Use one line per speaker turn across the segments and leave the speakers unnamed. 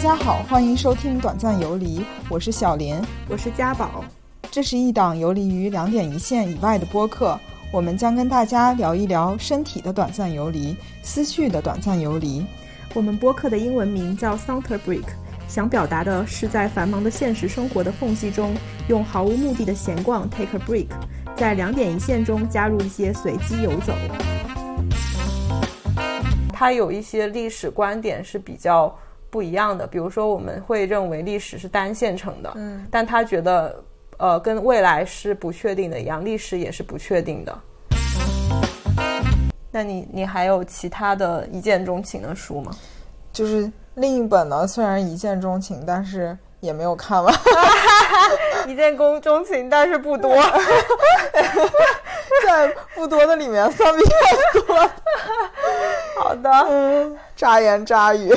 家好，欢迎收听《短暂游离》，我是小林，
我是家宝。
这是一档游离于两点一线以外的播客，我们将跟大家聊一聊身体的短暂游离，思绪的短暂游离。
我们播客的英文名叫 Saunter Break，想表达的是在繁忙的现实生活的缝隙中，用毫无目的的闲逛 take a break，在两点一线中加入一些随机游走。
它有一些历史观点是比较不一样的，比如说我们会认为历史是单线程的，嗯，但他觉得呃跟未来是不确定的一样，历史也是不确定的。那你你还有其他的一见钟情的书吗？
就是另一本呢，虽然一见钟情，但是也没有看完。
一见钟钟情，但是不多，
在不多的里面算比较多。
好的，
嗯，眨言眨语。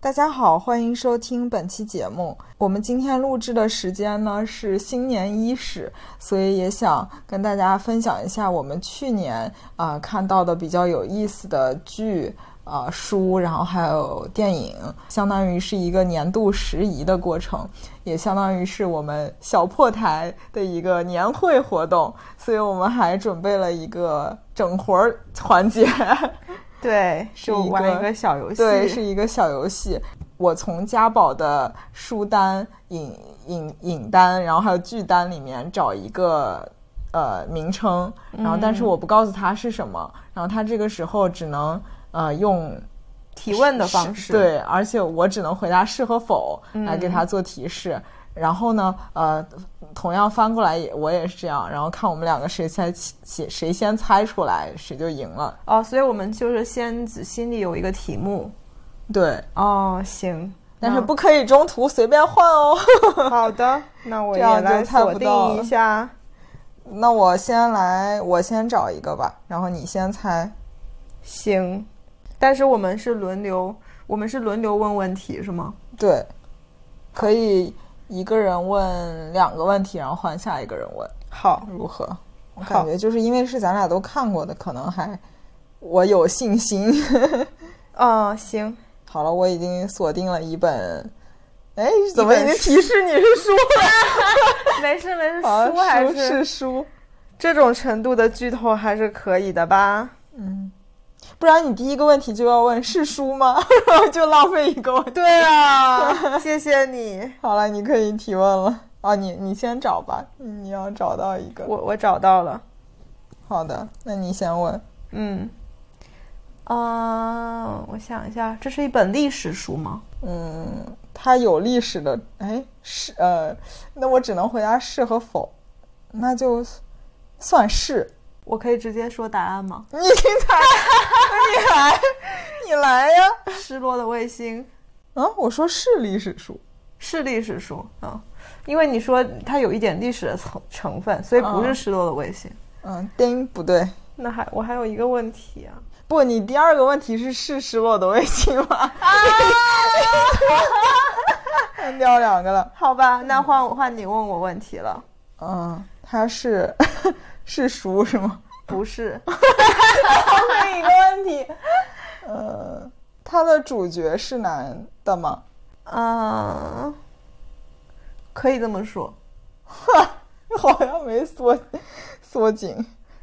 大家好，欢迎收听本期节目。我们今天录制的时间呢是新年伊始，所以也想跟大家分享一下我们去年啊、呃看到的比较有意思的剧。啊、书，然后还有电影，相当于是一个年度拾遗的过程，也相当于是我们小破台的一个年会活动，所以我们还准备了一个整活儿环节。
对，就
一
玩
个
一个小游戏，
对，是一个小游戏。我从家宝的书单、影影影单，然后还有剧单里面找一个呃名称，然后
嗯
但是我不告诉他是什么，然后他这个时候只能呃用
提问的方式，嗯
对，而且我只能回答是和否来给他做提示。然后呢，呃，同样翻过来也我也是这样，然后看我们两个谁猜谁谁先猜出来，谁就赢了。
哦，所以我们就是先心里有一个题目。
对，
哦，行，
但是不可以中途随便换哦。
好的，那我
这
也
样就
来
猜
锁
不
定
到了
一下。
那我先来，我先找一个吧，然后你先猜。
行，但是我们是轮流，我们是轮流问问题是吗？
对，可以一个人问两个问题，然后换下一个人问，
好，
如何？我
好
感觉就是因为是咱俩都看过的，可能还我有信心。
哦，行，
好了，我已经锁定了一本。哎，
怎
怎么
么
已经
已
提示你是书了？
没事没事，
啊
书还
书是书，
这种程度的剧透还是可以的吧？嗯
不然你第一个问题就要问是书吗？ 然后就浪费一个问题。
对啊， 谢谢你，
好了，你可以提问了。啊，你你先找吧，你要找到一个。
我我找到了，
好的，那你先问。
嗯，啊、我想一下，这是一本历史书吗？
嗯，它有历史的，哎，是呃，那我只能回答是和否，那就算是。
我可以直接说答案吗？
你已经猜，你来，你来呀！
失落的卫星。
啊，我说是历史书，
是历史书啊、因为你说它有一点历史的成成分，所以不是
嗯
失落的卫星。
嗯，丁不对，
那还我还有一个问题啊，
不，你第二个问题是是失落的卫星吗？删 掉两个了，
好吧，那换换你问我问题了，
嗯，它是 是书是吗？
不 是
另一个问题，呃，它的主角是男的吗？
啊、可以这么说，
好像没缩缩紧，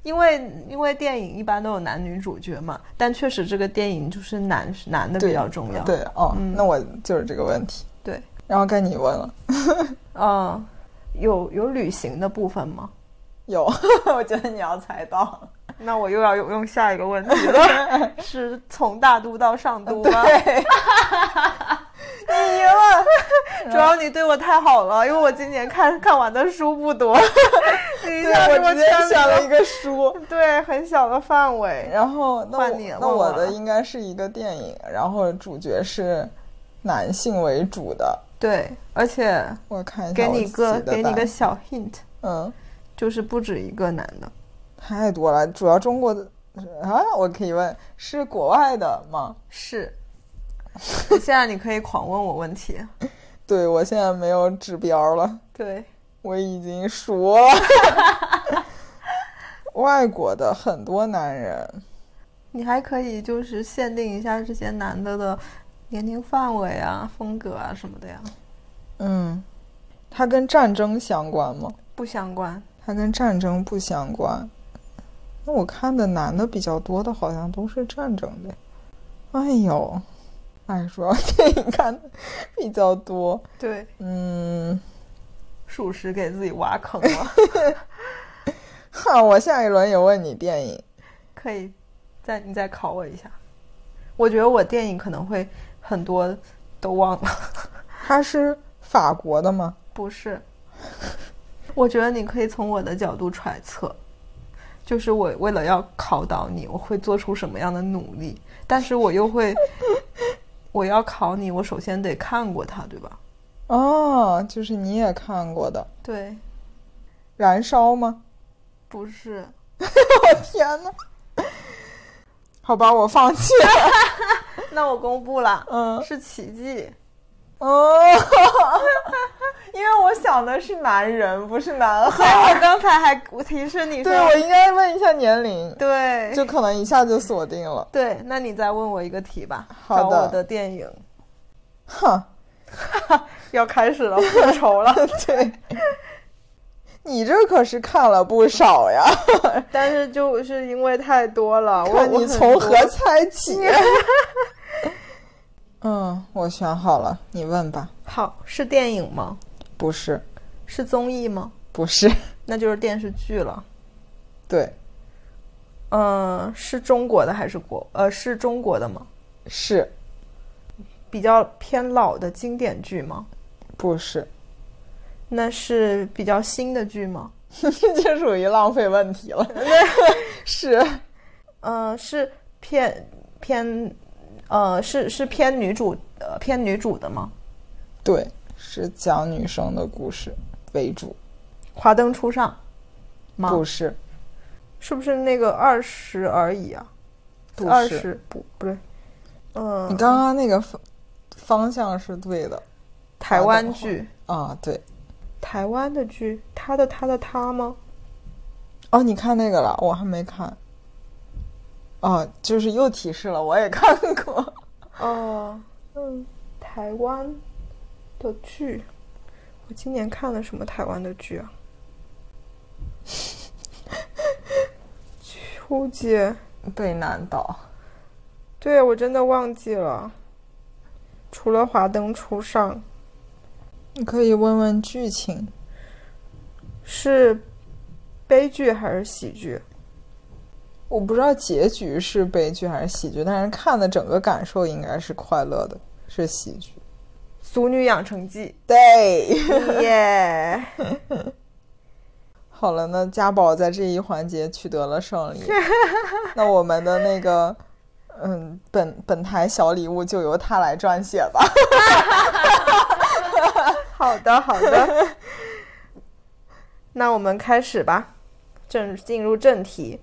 因为因为电影一般都有男女主角嘛，但确实这个电影就是男男的比较重要，
对哦，
嗯
那我就是这个问题，
对，
然后该你问了。
嗯、有有旅行的部分吗？
有，我觉得你要猜到。
那我又要用用下一个问题 了，是从大都到上都吗？
你赢了。
主要你对我太好了，因为我今年看看完的书不多， 你一
对，
下给
我直
圈
接选
了
了一个书。
对很小的范围。
然后那
换
我
你
那
问
我
我
的
了
应该是一个电影，然后主角是男性为主的。
对，而且
我看一下
给
我
你
自
个
己的
给
答
你个
案
小 hint，
嗯，
就是不止一个男的，
太多了，主要中国的啊，我可以问是国外的吗？
是。现在你可以狂问我问题。
对我现在没有指标了，
对，
我已经数 了。外国的很多男人，
你还可以就是限定一下这些男的的年龄范围啊、风格啊什么的呀，
嗯，它跟战争相关吗？
不相关。
它跟战争不相关。那我看的男的比较多的，好像都是战争的。哎呦，哎，主要电影看的比较多。
对，
嗯，
属实给自己挖坑 了。
哈，我下一轮也问你电影。
可以再你再考我一下，我觉得我电影可能会很多都忘了。
它是法国的吗？
不是，我觉得你可以从我的角度揣测，就是我为了要考倒你，我会做出什么样的努力，但是我又会， 我要考你，我首先得看过它，对吧？
哦，就是你也看过的
对，
《燃烧》吗？
不是，
我天哪！好吧，我放弃 了。
那我公布了，
嗯，
是《奇迹》，
哦， 因为我想的是男人，不是男
所以
孩。
我刚才还提示你说
对，，我应该问一下年龄，
对
就可能一下就锁定了。
对，那你再问我一个题吧，
好
找我
的
的电影
哼，
要开始了，复仇了。
对，你这可是看了不少呀，
但是就是因为太多了，我
看
我
你
很
从何
多
猜起。 嗯，我选好了，你问吧。
好是电影吗？
不是，
是综艺吗？
不是，
那就是电视剧了。
对，
嗯、是中国的还是国？呃，是中国的吗？
是
比较偏老的经典剧吗？
不是？
那是比较新的剧吗？
这属于浪费问题了。是，
嗯、是偏偏呃，是是偏女主呃偏女主的吗？
对，是讲女生的故事为主。
华灯初上吗？
不是，
是不是那个二十而已啊？
不
二
是
十不不对，嗯、
你刚刚那个方方向是对的
台湾剧，
啊。对，
台湾的剧，他的他的他吗？
哦，你看那个了，我还没看。哦，就是又提示了，我也看过。
哦，嗯，台湾的剧，我今年看了什么台湾的剧啊？ 秋姐，
被难倒，
对我真的忘记了，除了《华灯初上》，
你可以问问剧情。
是悲剧还是喜剧？
我不知道结局是悲剧还是喜剧，但是看的整个感受应该是快乐的，是喜剧。
《俗女养成记
对，》
耶！
好了，那家宝在这一环节取得了胜 利，那我们的那个，嗯，本本台小礼物就由他来撰写吧。
好的，好的。那我们开始吧，正进入正题。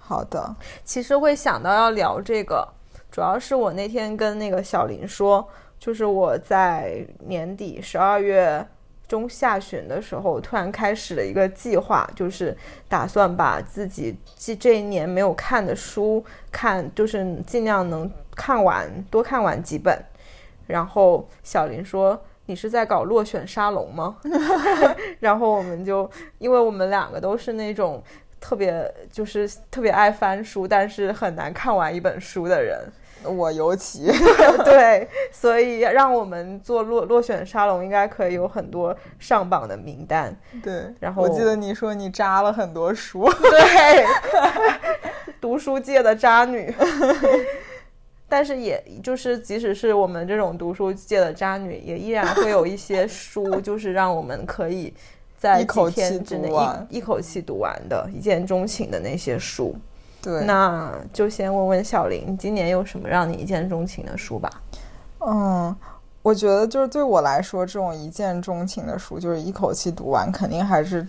好的，
其实会想到要聊这个，主要是我那天跟那个小林说，就是我在年底十二月中下旬的时候，突然开始了一个计划，就是打算把自己这这一年没有看的书看，就是尽量能看完，多看完几本。然后小林说。你是在搞落选沙龙吗？ 然后我们就，因为我们两个都是那种特别就是特别爱翻书，但是很难看完一本书的人。
我尤其
对，所以让我们做落落选沙龙，应该可以有很多上榜的名单。
对，
然后
我记得你说你扎了很多书，
对，读书界的渣女。 但是也就是，即使是我们这种读书界的渣女，也依然会有一些书，就是让我们可以 在
一口
几
气
天之内
读完
一一口气读完的，一见钟情的那些书。
对，
那就先问问小林，你今年有什么让你一见钟情的书吧？
嗯，我觉得就是对我来说，这种一见钟情的书，就是一口气读完，肯定还是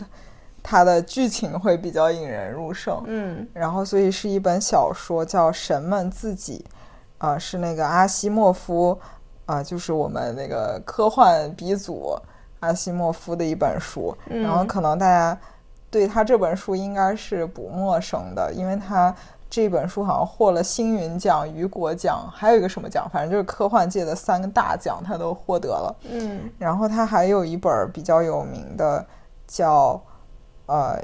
它的剧情会比较引人入胜。
嗯，
然后，所以是一本小说，叫《神们自己》，呃，是那个阿西莫夫，呃，就是我们那个科幻鼻祖阿西莫夫的一本书。然后，可能大家对他这本书应该是不陌生的，因为他这本书好像获了星云奖、雨果奖，还有一个什么奖，反正就是科幻界的三个大奖，他都获得了。
嗯，
然后他还有一本比较有名的，叫呃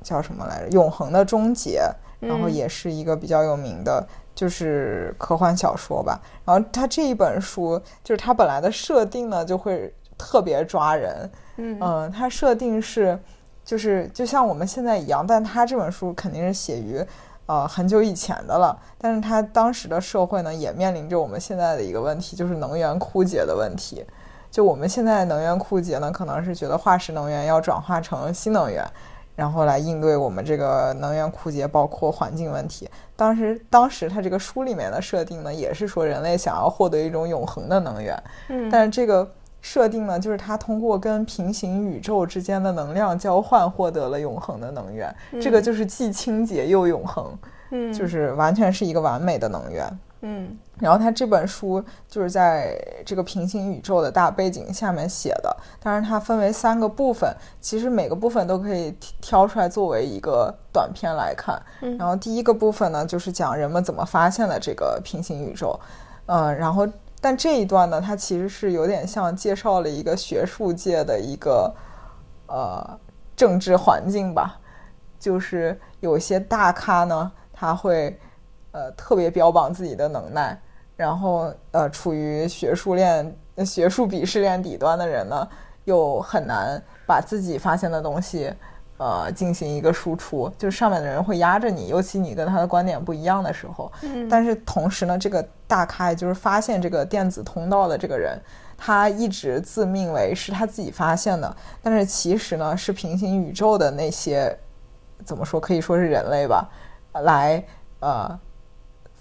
叫什么来着，《永恒的终结》，然后
嗯
也是一个比较有名的，就是科幻小说吧。然后他这一本书，就是他本来的设定呢，就会特别抓人。
嗯
嗯，它设定是，就是就像我们现在一样，但他这本书肯定是写于。呃，很久以前的了，但是他当时的社会呢，也面临着我们现在的一个问题，就是能源枯竭的问题。就我们现在的能源枯竭呢，可能是觉得化石能源要转化成新能源，然后来应对我们这个能源枯竭，包括环境问题。当时，当时它这个书里面的设定呢，也是说人类想要获得一种永恒的能源，
嗯
但是这个设定呢，就是它通过跟平行宇宙之间的能量交换，获得了永恒的能源。这个就是既清洁又永恒，
嗯
就是完全是一个完美的能源。
嗯
然后他这本书就是在这个平行宇宙的大背景下面写的，当然它分为三个部分，其实每个部分都可以挑挑出来作为一个短片来看。
嗯
然后第一个部分呢，就是讲人们怎么发现了这个平行宇宙，嗯，然后但这一段呢，它其实是有点像介绍了一个学术界的一个呃政治环境吧，就是有些大咖呢，他会呃特别标榜自己的能耐，然后呃处于学术链、呃学术鄙视链底端的人呢，又很难把自己发现的东西。呃，进行一个输出，就是上面的人会压着你，尤其你跟他的观点不一样的时候。
嗯
但是同时呢，这个大咖也就是发现这个电子通道的这个人，他一直自命为是他自己发现的，但是其实呢是平行宇宙的那些怎么说，可以说是人类吧，来呃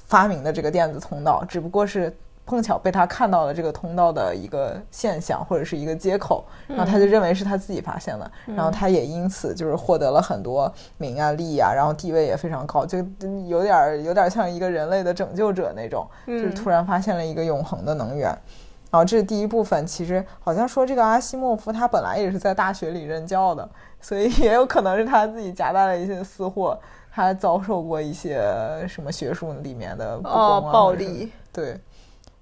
发明的这个电子通道，只不过是碰巧被他看到了这个通道的一个现象或者是一个接口，然后他就认为是他自己发现的，然后他也因此就是获得了很多名啊利啊，然后地位也非常高，就有点儿有点儿像一个人类的拯救者那种，就是突然发现了一个永恒的能源。然后这是第一部分，其实好像说这个阿西莫夫他本来也是在大学里任教的，所以也有可能是他自己夹带了一些私货，他遭受过一些什么学术里面的不公啊、
哦，暴
或者是
力，
对，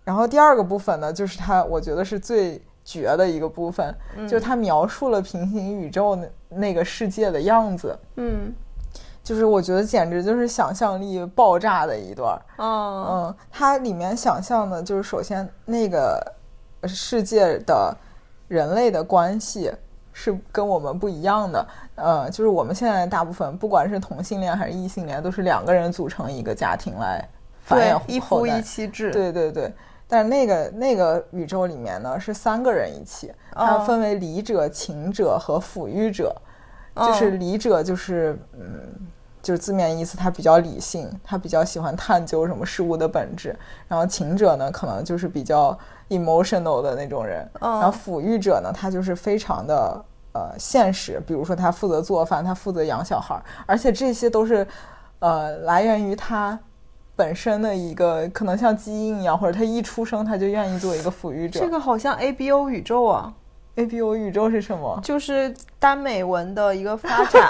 然后第二个部分呢，就是它，我觉得是最绝的一个部分，
嗯
就是它描述了平行宇宙那那个世界的样子，
嗯
就是我觉得简直就是想象力爆炸的一段儿。
哦，
嗯，它里面想象的就是首先那个世界的人类的关系是跟我们不一样的，呃，就是我们现在大部分不管是同性恋还是异性恋，都是两个人组成一个家庭来繁衍
对
后，代。
一夫一妻制，
对对对，但是那个那个宇宙里面呢是三个人一起，它
哦
分为离者、情者和抚育者。就
哦
是理者，就是嗯，就是字面意思，他比较理性，他比较喜欢探究什么事物的本质。然后情者呢，可能就是比较 emotional 的那种人。
嗯
然后抚育者呢，他就是非常的呃现实，比如说他负责做饭，他负责养小孩儿，而且这些都是呃来源于他。本身的一个可能像基因一样，或者他一出生他就愿意做一个抚育者。
这个好像 A B O 宇宙啊，
A B O 宇宙是什么？
就是耽美文的一个发 展，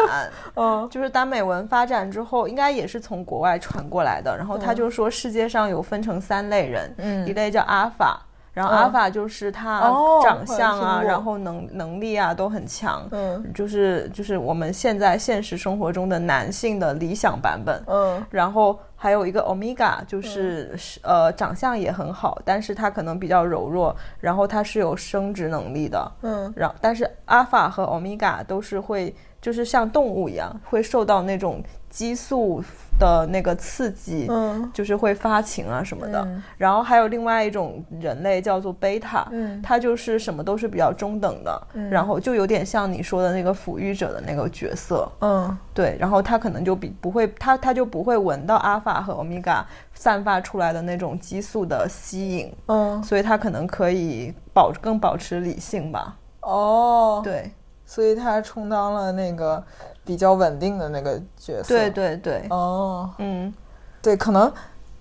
嗯
就是耽美文发展之后，应该也是从国外传过来的。然后他就说世界上有分成三类人，
嗯
一类叫阿法，然
嗯
后阿法就是他
哦
长相
我好像
啊，
听过
然后能能力啊都很强，
嗯
就是就是我们现在现实生活中的男性的理想版本。
嗯
然后还有一个 Omega，就是、是呃长相也很好，但是他可能比较柔弱，然后他是有生殖能力的，
嗯
然后但是阿法和欧米伽都是会，就是像动物一样，会受到那种激素的那个刺激，
嗯
就是会发情啊什么的。
嗯
然后还有另外一种人类叫做贝塔，
嗯
它就是什么都是比较中等的，然后就有点像你说的那个抚育者的那个角色，
嗯
对，然后他可能就比不会，他他就不会闻到阿法和欧米伽散发出来的那种激素的吸引，
嗯
所以他可能可以保更保持理性吧。
哦，
对，
所以他充当了那个比较稳定的那个角色。
对对对，
哦，
嗯
对，可能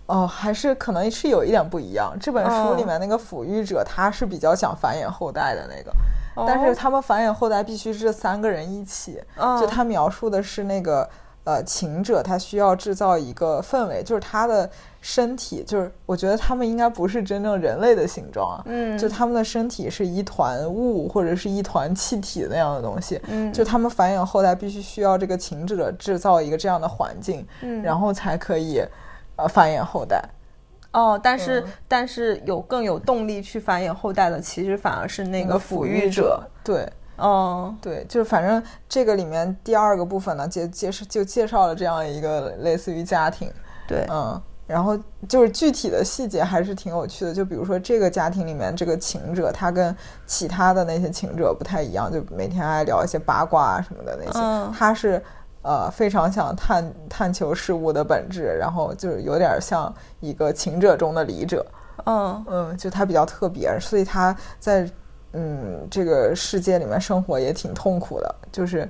哦，还是可能是有一点不一样。这本书里面那个抚育者，他是比较想繁衍后代的那个，但是他们繁衍后代必须是这三个人一起。
哦
就他描述的是那个呃情者，他需要制造一个氛围，就是他的身体，就是我觉得他们应该不是真正人类的形状啊，
嗯
就他们的身体是一团雾或者是一团气体那样的东西，
嗯
就他们繁衍后代必须需要这个情者制造一个这样的环境，
嗯
然后才可以呃繁衍后代。
哦，但
嗯
是、但是有更有动力去繁衍后代的，其实反而是那个抚育者。，
对
哦，
对，就是反正这个里面第二个部分呢，介介绍就介绍了这样一个类似于家庭，
对，
嗯，然后就是具体的细节还是挺有趣的，就比如说这个家庭里面这个情者，他跟其他的那些情者不太一样，就每天爱聊一些八卦啊什么的那些，
嗯
他是。呃，非常想探探求事物的本质，然后就是有点像一个情者中的理者，
嗯
嗯，就他比较特别，所以他在嗯这个世界里面生活也挺痛苦的，就是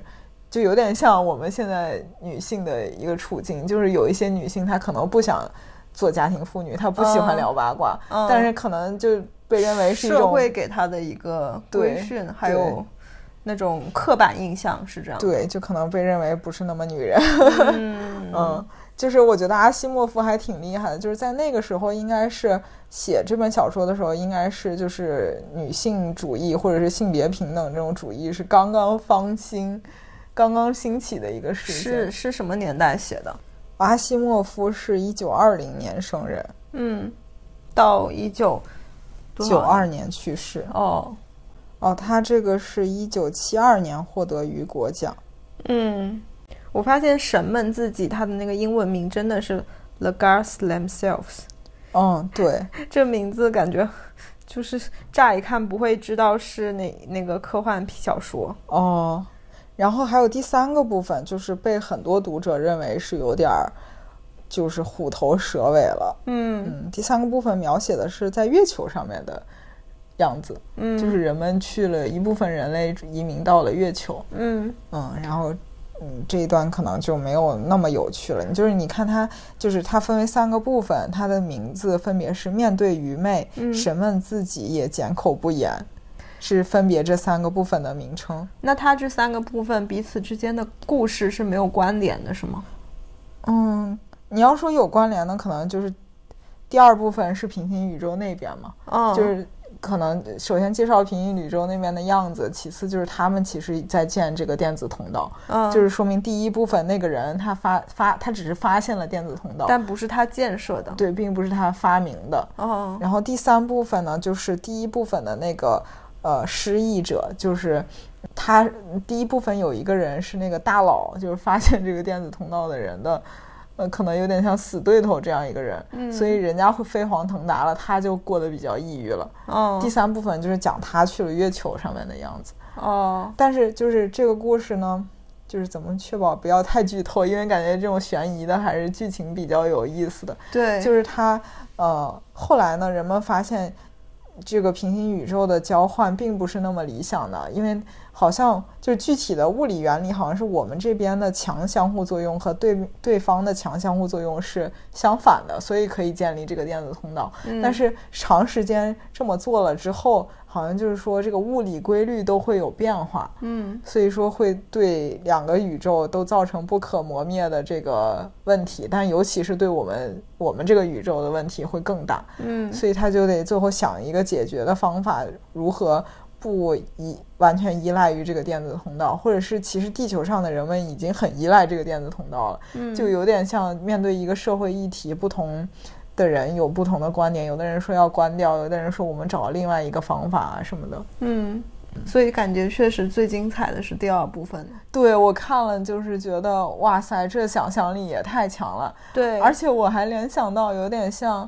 就有点像我们现在女性的一个处境，就是有一些女性她可能不想做家庭妇女，她不喜欢
嗯
聊八卦，
嗯
但是可能就被认为是一
社
种
会给他的一个规
对
训，还
对
有那种刻板印象是这样。，
对，就可能被认为不是那么女人。
嗯
嗯，就是我觉得阿西莫夫还挺厉害的，就是在那个时候，应该是写这本小说的时候，应该是就是女性主义或者是性别平等这种主义是刚刚方兴、刚刚兴起的一个事
是
件。
是什么年代写的？
阿西莫夫是一九二零年生人，
嗯，到一九
九二年去世。
哦，
哦，他这个是一九七二年获得雨果奖。
嗯，我发现神们自己他的那个英文名真的是 The Gods Themselves。
嗯，对，
这名字感觉 就是乍一看不会知道是哪那个科幻小说。
哦，然后还有第三个部分，就是被很多读者认为是有点儿，就是虎头蛇尾了。
嗯
嗯，第三个部分描写的是在月球上面的样子，
嗯
就是人们去了一部分人类移民到了月球。
嗯
嗯，然后。嗯，这一段可能就没有那么有趣了。就是你看它，就是它分为三个部分，它的名字分别是面对愚昧、
嗯
神问自己也缄口不言，是分别这三个部分的名称。
那它这三个部分彼此之间的故事是没有关联的，是吗？
嗯，你要说有关联的，可能就是第二部分是平行宇宙那边嘛，
嗯
就
就是
是可能首先介绍平行宇宙那边的样子，其次就是他们其实在建这个电子通道，
嗯，
就是说明第一部分那个人他发发他只是发现了电子通道，
但不是它建设的。
对，并不是他发明的。
哦，
然后第三部分呢，就是第一部分的那个呃失忆者，就是他第一部分有一个人是那个大佬，就是发现这个电子通道的人的， 呃，可能有点像死对头这样一个人，所以人家会飞黄腾达了，他就过得比较抑郁了。第
哦，
三部分就是讲他去了月球上面的样子，
哦，
但是就是这个故事呢。就是怎么确保不要太剧透，因为感觉这种悬疑的还是剧情比较有意思的。
对，
就是它，呃，后来呢，人们发现这个平行宇宙的交换并不是那么理想的，因为好像就是具体的物理原理，好像是我们这边的强相互作用和对对方的强相互作用是相反的，所以可以建立这个电子通道。但是长时间这么做了之后，好像就是说这个物理规律都会有变化，
嗯
所以说会对两个宇宙都造成不可磨灭的这个问题，但尤其是对我们我们这个宇宙的问题会更大，
嗯
所以他就得最后想一个解决的方法，如何不依完全依赖于这个电子通道，或者是其实地球上的人们已经很依赖这个电子通道了，
嗯
就有点像面对一个社会议题不同。的人有不同的观点，有的人说要关掉，有的人说我们找另外一个方法啊什么的。
嗯，所以感觉确实最精彩的是第二部分。
对我看了，就是觉得哇塞，这想象力也太强了，
对
而
而
且我还联想到有点像，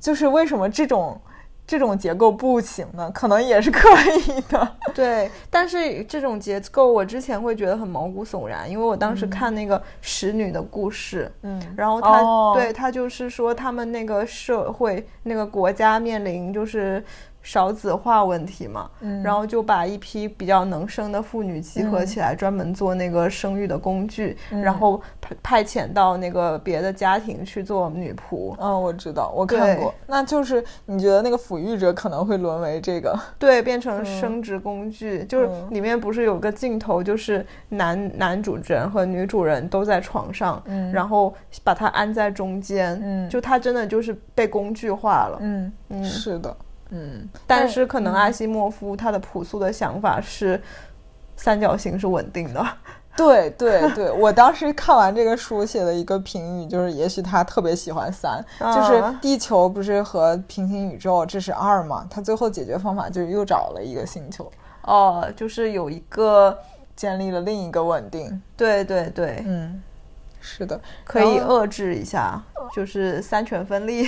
就是为什么这种这种结构不行呢？可能也是可以的。
对，但是这种结构我之前会觉得很毛骨悚然，因为我当时看那个《使女的故事》，
嗯，
然后他、
哦
对他就是说，他们那个社会、那个国家面临就是少子化问题嘛，
嗯
然后就把一批比较能生的妇女集合起来，专门做那个生育的工具，
嗯
然后派派遣到那个别的家庭去做女仆。
嗯，我知道，我看过
对。
那就是你觉得那个抚育者可能会沦为这个？
对，变成生殖工具，
嗯
就是里面不是有个镜头，就是男男主人和女主人都在床上，
嗯
然后把他安在中间，
嗯
就他真的就是被工具化了。
嗯，
嗯
是的，嗯，
但是可能阿西莫夫他的朴素的想法是，三角形是稳定的，
对对对，我当时看完这个书写的一个评语就是，也许他特别喜欢三，就是
啊
地球不是和平行宇宙这是二嘛，他最后解决方法就是又找了一个星球，
哦，就是有一个，
建立了另一个稳定。
对对对，
嗯，是的，
可以
然后
遏制一下，就是三权分立。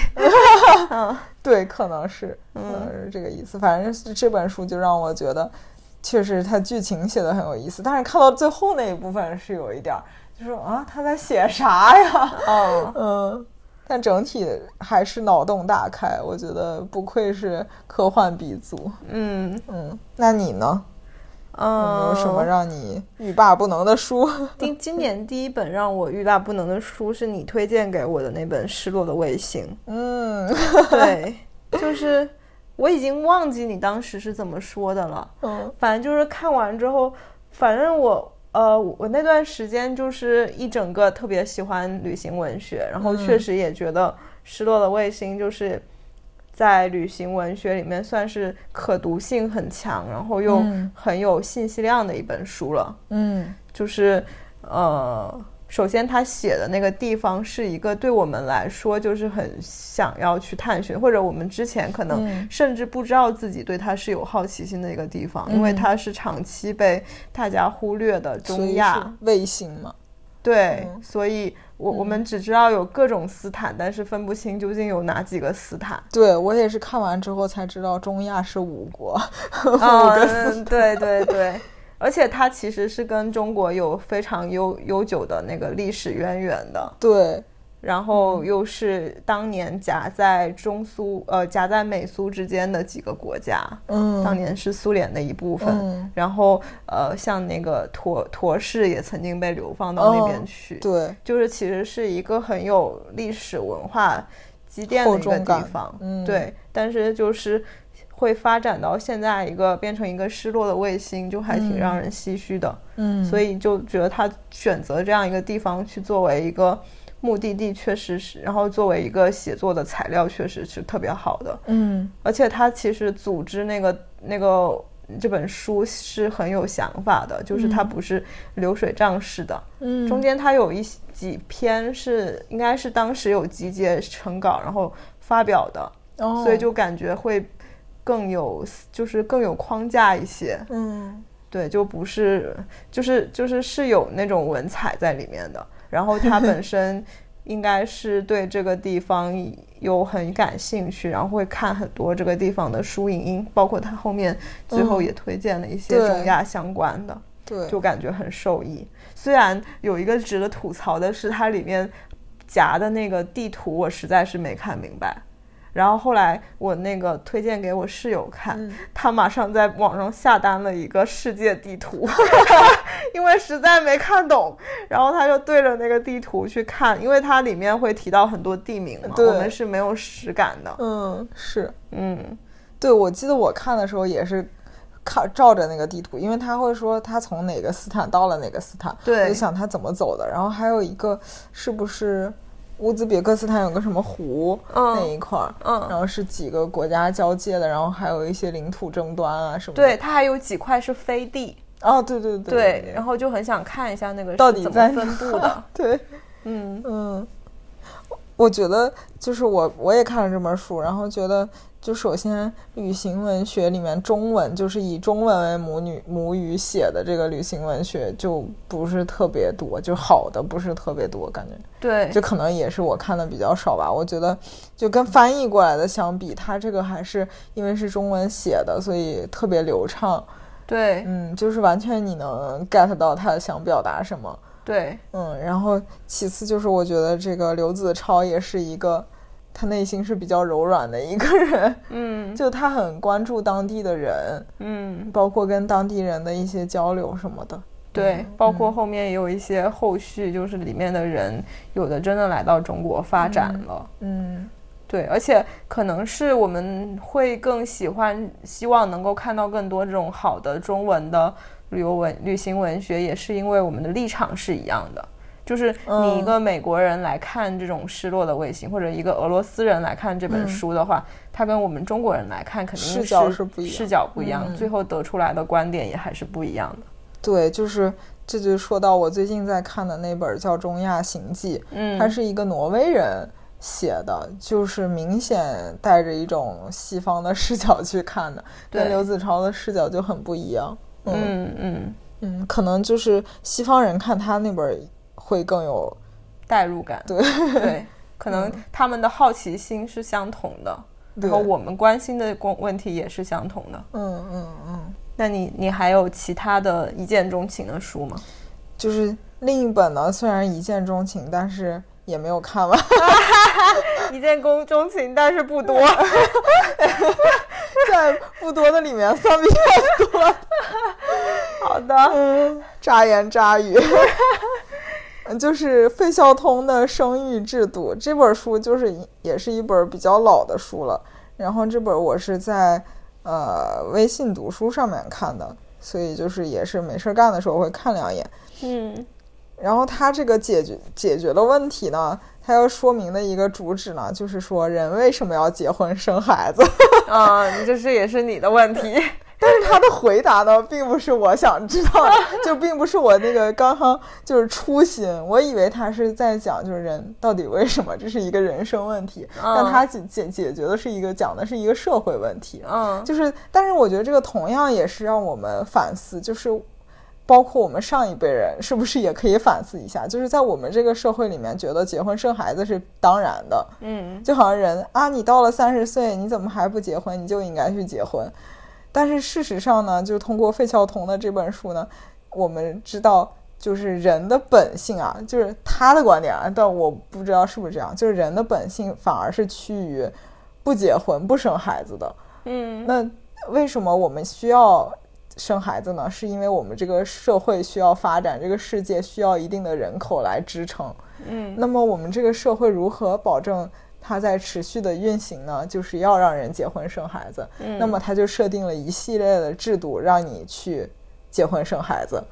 对，可能是，嗯，是这个意思。反正是这本书就让我觉得，确实它剧情写的很有意思，但是看到最后那一部分是有一点儿，就是啊，他在写啥呀？
哦，
嗯，但整体还是脑洞大开，我觉得不愧是科幻鼻祖。
嗯
嗯，那你呢？有没
嗯，
有什么让你欲罢不能的书？
今今年第一本让我欲罢不能的书是你推荐给我的那本《失落的卫 星
嗯》，
对，就是我已经忘记你当时是怎么说的了。
嗯
反正就是看完之后，反正我呃，我那段时间就是一整个特别喜欢旅行文学，然后确实也觉得《失落的卫星》就是在旅行文学里面算是可读性很强，然后又
嗯
很有信息量的一本书了。
嗯
就是呃，首先他写的那个地方是一个对我们来说就是很想要去探寻，或者我们之前可能
嗯
甚至不知道自己对它是有好奇心的一个地方，因为
嗯
它是长期被大家忽略的
所以
中
是
亚。
卫星嘛，
对，
嗯
所以我我们只知道有各种斯坦，但是分不清究竟有哪几个斯坦。
对我也是看完之后才知道中亚是五国， 五个斯
嗯，对对对，而且它其实是跟中国有非常悠悠久的那个历史渊源的。
对，
然后
嗯
又是当年夹在中苏呃夹在美苏之间的几个国家，
嗯，
当年是苏联的一部分。
嗯
然后呃，像那个沱沱市也曾经被流放到那边
哦
去，
对，
就是其实是一个很有历史文化积淀的
厚
一
重
个地
感
方。
嗯
对，但是就是。会发展到现在一个变成一个失落的卫星，就还挺
嗯
让人唏嘘的。
嗯，
所以就觉得他选择这样一个地方去作为一个目的地，确实是，然后作为一个写作的材料，确实是特别好的。
嗯
而且他其实组织那个那个这本书是很有想法的，就是它不是流水账式的，
嗯
中间它有一些几篇是应该是当时有集结成稿然后发表的，
哦
所以就感觉会更有就是更有框架一些。
嗯
对，就不是，就是就是是有那种文采在里面的。然后 他本身应该是对这个地方有很感兴趣，然后会看很多这个地方的书影音，包括他后面最后
嗯
也推荐了一些
对
中亚相关的，
对
就感觉很受益。虽然有一个值得吐槽的是，它里面夹的那个地图我实在是没看明白。然后后来我那个推荐给我室友看，
嗯
他马上在网上下单了一个世界地图， 因为实在没看懂，然后他就对着那个地图去看，因为它里面会提到很多地名嘛，
对
我们是没有实感的。
嗯是
嗯，
对，我记得我看的时候也是。看照着那个地图，因为他会说他从哪个斯坦到了哪个斯坦，
对
我就想他怎么走的。然后还有一个是不是乌兹别克斯坦有个什么湖、
嗯
那一块儿，
嗯
然后是几个国家交界的，然后还有一些领土争端啊什么的。
对，，它还有几块是飞地，
哦，对对对
对，
对
然后就很想看一下那个是
到底
怎
在
么分布的。
对，
嗯
嗯，我觉得就是我我也看了这本书，然后觉得就首先旅行文学里面中文就是以中文为母语母语写的这个旅行文学就不是特别多，就好的不是特别多，感觉
对，
就可能也是我看的比较少吧。我觉得就跟翻译过来的相比，它这个还是因为是中文写的，所以特别流畅。
对，
嗯，就是完全你能 get 到他想表达什么。
对，
嗯，然后其次就是我觉得这个刘子超也是一个他内心是比较柔软的一个人， 嗯，就他很关注当地的人，
嗯，
包括跟当地人的一些交流什么的。
对，
嗯
包括后面也有一些后续，就是里面的人有的真的来到中国发展了，
嗯
对，而且可能是我们会更喜欢，希望能够看到更多这种好的中文的旅游文、旅行文学，也是因为我们的立场是一样的。就是
嗯
你一个美国人来看这种《失落的卫星》，或者一个俄罗斯人来看这本书的话，他跟我们中国人来看肯定
嗯视角
是
是不一样嗯
视角不一样，最后得出来的观点也还是不一样的。
对，就是这就说到我最近在看的那本叫《中亚行记》，
嗯，
它是一个挪威人写的，就是明显带着一种西方的视角去看的，跟
对
刘子超的视角就很不一样。嗯
嗯嗯，
嗯，可能就是西方人看他那本会更有
代入感，
对 嗯
对，可能他们的好奇心是相同的，
对
然后我们关心的公问题也是相同的。
嗯嗯嗯，
那你你还有其他的一见钟情的书 吗？
就是另一本呢，虽然一见钟情，但是也没有看完，
一见公钟情，但是不多。
在不多的里面算比
好的，
眨言眨语。 嗯就是费孝通的《生育制度》这本书，就是一也是一本比较老的书了。然后这本我是在呃微信读书上面看的，所以就是也是没事儿干的时候会看两眼。
嗯
然后他这个解决解决了问题呢，他要说明的一个主旨呢，就是说人为什么要结婚生孩子？
啊，你这是也是你的问题。
但是他的回答呢，并不是我想知道的， 就并不是我那个刚刚就是初心，我以为他是在讲就是人到底为什么这是一个人生问题，但他解解解决的是一个讲的是一个社会问题，
嗯
就是但是我觉得这个同样也是让我们反思，就是。包括我们上一辈人，是不是也可以反思一下？就是在我们这个社会里面，觉得结婚生孩子是当然的，
嗯
就好像人啊，你到了三十岁，你怎么还不结婚？你就应该去结婚。但是事实上呢，就是通过费孝通的这本书呢，我们知道，就是人的本性啊，就是他的观点啊，但我不知道是不是这样，就是人的本性反而是趋于不结婚、不生孩子的。
嗯
那为什么我们需要生孩子呢？是因为我们这个社会需要发展，这个世界需要一定的人口来支撑。
嗯
那么我们这个社会如何保证它在持续的运行呢？就是要让人结婚生孩子。
嗯
那么它就设定了一系列的制度，让你去结婚生孩子。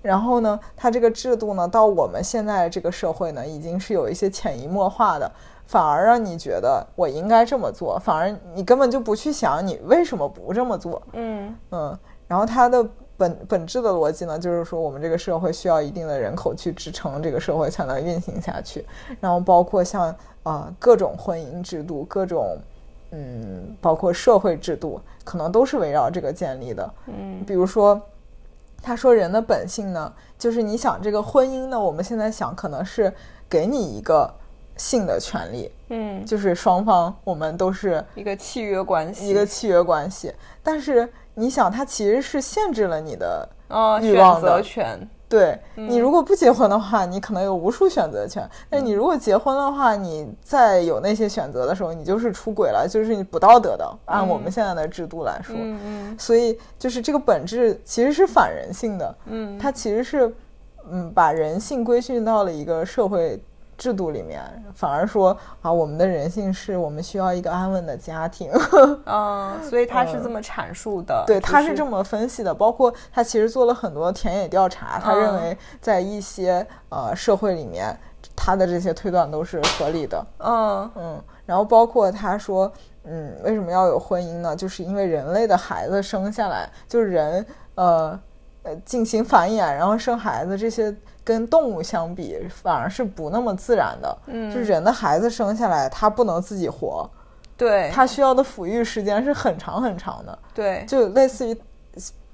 然后呢，它这个制度呢，到我们现在这个社会呢，已经是有一些潜移默化的，反而让你觉得我应该这么做，反而你根本就不去想你为什么不这么做。
嗯
嗯，然后它的本本质的逻辑呢，就是说我们这个社会需要一定的人口去支撑这个社会才能运行下去，然后包括像呃各种婚姻制度，各种嗯，包括社会制度，可能都是围绕这个建立的。
嗯
比如说，他说人的本性呢，就是你想这个婚姻呢，我们现在想可能是给你一个性的权利，
嗯，
就是双方我们都是
一个契约关系，
一个契约关系，但是你想，它其实是限制了你的。
啊
欲
选
望的
择权。
对、
嗯
你如果不结婚的话，你可能有无数选择权；但
嗯
是你如果结婚的话，你再有那些选择的时候，你就是出轨了，就是你不道德的。按我们现在的制度来说，
嗯嗯
所以就是这个本质其实是反人性的，
嗯，
它其实是嗯把人性规训到了一个社会制度里面，反而说啊，我们的人性是我们需要一个安稳的家庭。
嗯，所以他是这么阐述的。
嗯对，
只
他是这么分析的，包括他其实做了很多田野调查，他认
嗯
为在一些呃社会里面，他的这些推断都是合理的。
嗯
嗯，然后包括他说，嗯，为什么要有婚姻呢？就是因为人类的孩子生下来，就是人呃呃进行繁衍，然后生孩子这些。跟动物相比，反而是不那么自然的。嗯，就是人的孩子生下来，他不能自己活，
对
他需要的抚育时间是很长很长的。
对
就类似于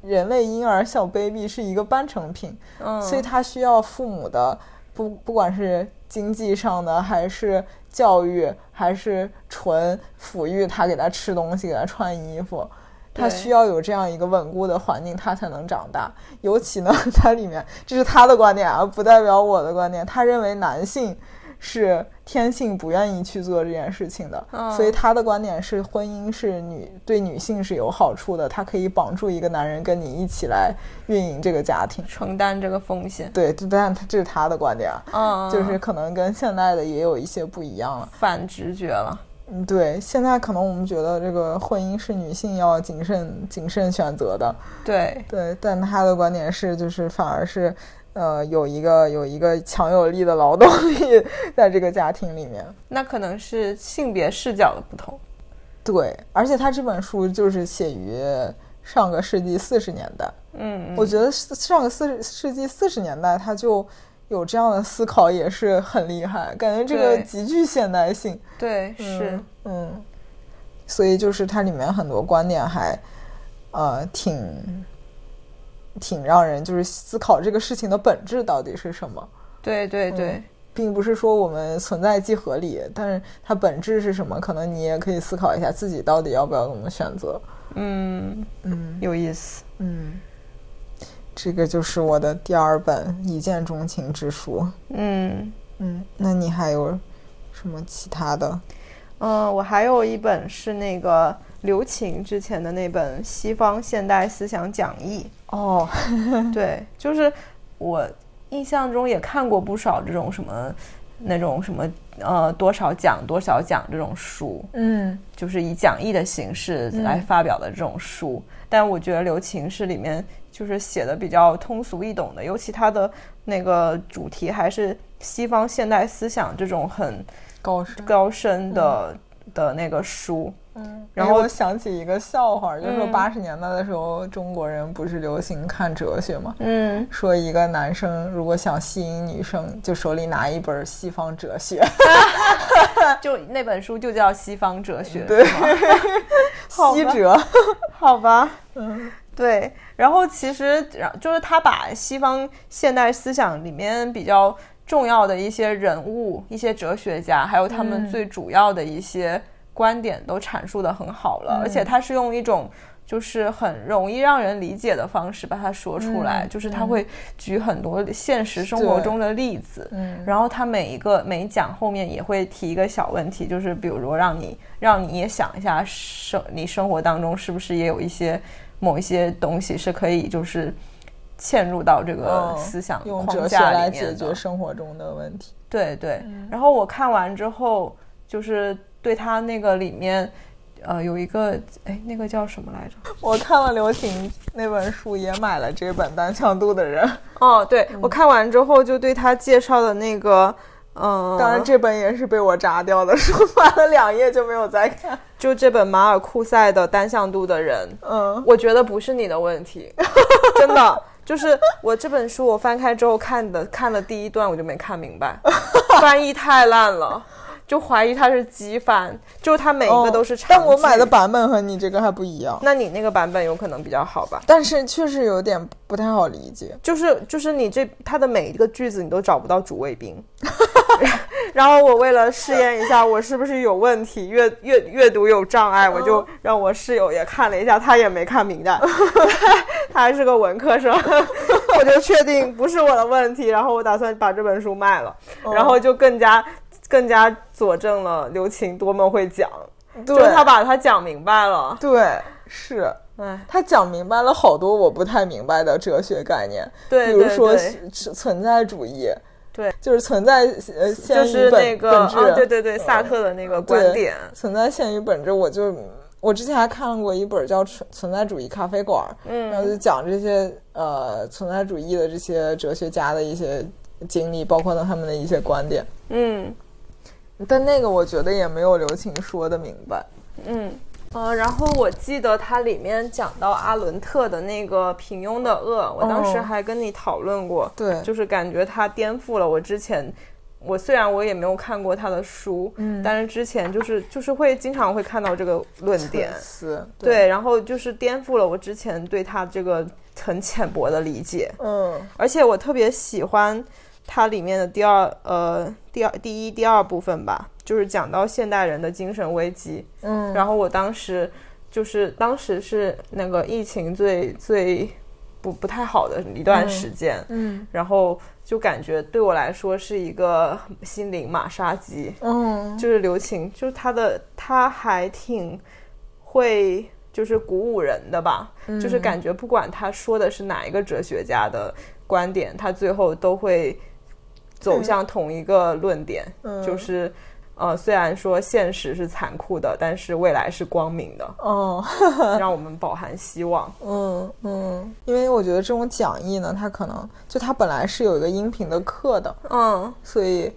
人类婴儿小 baby 是一个半成品，
嗯
所以他需要父母的不不管是经济上的，还是教育，还是纯抚育他，给他吃东西，给他穿衣服。他
对
需要有这样一个稳固的环境，他才能长大。 尤其呢，它里面这是他的观点啊，不代表我的观点。他认为男性是天性不愿意去做这件事情的，
嗯
所以他的观点是婚姻是女对女性是有好处的，它可以绑住一个男人跟你一起来运营这个家庭。
承担这个风险，
对，这但这是他的观点啊，
嗯，
就是可能跟现在的也有一些不一样了。
反直觉了。
嗯，对，现在可能我们觉得这个婚姻是女性要谨慎谨慎选择的，
对，
对，但他的观点是，就是反而是，呃，有一个有一个强有力的劳动力在这个家庭里面。
那可能是性别视角的不同。
对，而且他这本书就是写于上个世纪四十年代，
嗯，
我觉得是上个四世纪四十年代他就有这样的思考，也是很厉害，感觉这个
对
极具现代性。
对，是。
嗯，所以就是它里面很多观点还，呃，挺挺让人就是思考这个事情的本质到底是什么，
对对对，
并不是说我们存在即合理，但是它本质是什么，可能你也可以思考一下自己到底要不要怎么选择。
嗯，
嗯
有意思。
嗯，这个就是我的第二本《一见钟情之书》。
嗯
嗯，那你还有什么其他的？
嗯，我还有一本是那个刘擎之前的那本《西方现代思想讲义
哦，》，
对，就是我印象中也看过不少这种什么那种什么呃多少讲多少讲这种书，
嗯
就是以讲义的形式来发表的这种书，但我觉得刘擎是里面就是写的比较通俗易懂的，尤其他的那个主题还是西方现代思想这种很
高深。
高深的、的那个书，
嗯，
然
哎
后
我想起一个笑话，就是说
嗯
八十年代的时候，中国人不是流行看哲学吗？
嗯，
说一个男生如果想吸引女生，就手里拿一本西方哲学，
就那本书就叫《西方哲学》，
对
是吗，好吧
西哲，
好吧，对。然后其实，然就是他把西方现代思想里面比较重要的一些人物、一些哲学家，还有他们最主要的一些观点都阐述的很好了，而且他是用一种。就是很容易让人理解的方式把它说出来，就是他会举很多现实生活
对
中的例子，
嗯
然后他每一个每一讲后面也会提一个小问题，就是比如说让你让你也想一下生你生活当中是不是也有一些某一些东西是可以就是嵌入到这个
嗯
思想
用
框
哲学
架
来
里
解
面的。
决生活中的问题。
对对。然后我看完之后，就是对他那个里面。呃，有一个哎，那个叫什么来着？
我看了刘擎那本书，也买了这本《单向度的人》，
哦，对、我看完之后就对他介绍的那个，嗯、
当然这本也是被我炸掉的书，买了两页就没有再看。
就这本马尔库塞的《单向度的人》，
嗯，
我觉得不是你的问题， 真的。就是我这本书，我翻开之后看的，看了第一段我就没看明白， 翻译太烂了，就怀疑它是机翻，就是它每一个都是
哦
长、
但我买的，版本和你这个还不一样，
那你那个版本有可能比较好吧？
但是确实有点不太好理解。
就是就是你这它的每一个句子你都找不到主谓宾， 然后我为了试验一下我是不是有问题，阅阅阅读有障碍，我
嗯
就让我室友也看了一下，他也没看明白， 他还是个文科生， 我就确定不是我的问题，然后我打算把这本书卖了，
哦
然后就更加更加佐证了刘擎多么会讲，就是
对
他把他讲明白了，
对，是，
哎，
他讲明白了好多我不太明白的哲学概念，
对，
比如
对
说
对
是是存在主义，
对，
就是存在呃
就
限于
是
本
那个
本质、嗯
啊，对对对，萨特的那个观
对
点。
存在限于本质，我就。我之前还看过一本叫《存存在主义咖啡馆》，嗯，然后就讲这些呃存在主义的这些哲学家的一些经历，包括他们的一些观点。
嗯
但那个我觉得也没有刘擎说的明白。
嗯呃，然后我记得它里面讲到阿伦特的那个《平庸的恶》，我当时
哦
还跟你讨论过，
对，
就是感觉它颠覆了我之前。我虽然我也没有看过他的书，嗯，但是之前就是就是会经常会看到这个论点，
词，
对，然后就是颠覆了我之前对他这个很浅薄的理解，
嗯
而且我特别喜欢它里面的第二呃第二第一第二部分吧，就是讲到现代人的精神危机，
嗯，
然后我当时就是当时是那个疫情最最不不太好的一段时间，
嗯
然后就感觉对我来说是一个心灵马杀鸡。
嗯，
就是刘擎，就是他的，他还挺会就是鼓舞人的吧，就是
嗯
感觉不管他说的是哪一个哲学家的观点，他最后都会
嗯
走向同一个论点，就是呃，虽然说现实是残酷的，但是未来是光明的，
哦，
让我们饱含希望。
嗯嗯，因为我觉得这种讲义呢，它可能就它本来是有一个音频的课的，
嗯，
所以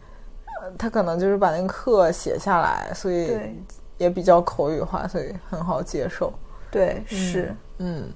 呃他可能就是把那个课写下来，所以
对
也比较口语化，所以很好接受。
对是。
嗯，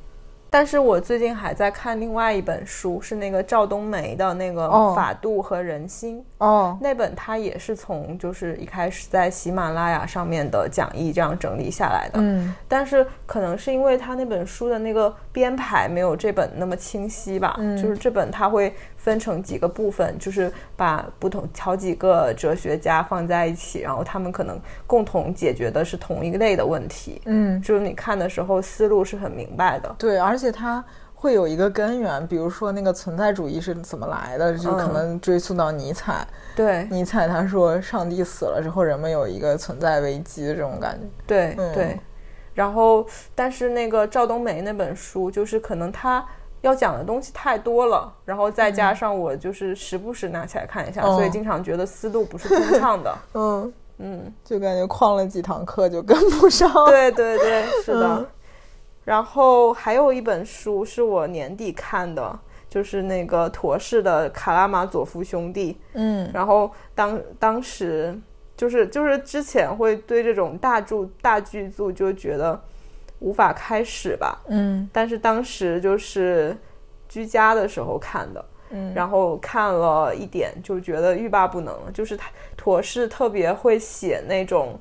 但是我最近还在看另外一本书，是那个赵冬梅的那个
哦
《法度和人心》
哦，
那本，它也是从就是一开始在喜马拉雅上面的讲义这样整理下来的。
嗯
但是可能是因为他那本书的那个编排没有这本那么清晰吧，就是这本它会分成几个部分，就是把不同好几个哲学家放在一起，然后他们可能共同解决的是同一类的问题，
嗯，
就是你看的时候思路是很明白的。
对，而且它会有一个根源，比如说那个存在主义是怎么来的，就可
嗯
能追溯到尼采。
对，
尼采他说，上帝死了之后，人们有一个存在危机的这种感觉。
对、
嗯
对，然后但是那个赵冬梅那本书，就是可能她要讲的东西太多了，然后再加上我就是时不时拿起来看一下，
哦
所以经常觉得思路不是通畅的。
嗯，
嗯，
就感觉旷了几堂课就跟不上。
对对对，是的。
嗯
然后还有一本书是我年底看的，就是那个陀氏的《卡拉马佐夫兄弟》。
嗯
然后当当时就是就是之前会对这种大著大剧组就觉得无法开始吧，
嗯
但是当时就是居家的时候看的，
嗯，
然后看了一点就觉得欲罢不能了，就是他妥氏特别会写那种，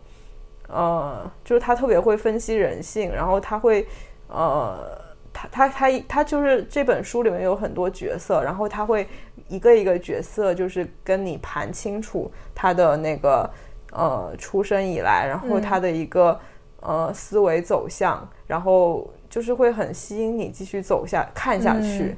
呃，就是他特别会分析人性，然后他会，呃。他他他他就是这本书里面有很多角色，然后他会一个一个角色就是跟你盘清楚他的那个呃出生以来，然后他的一个、呃思维走向，然后就是会很吸引你继续走下看下去。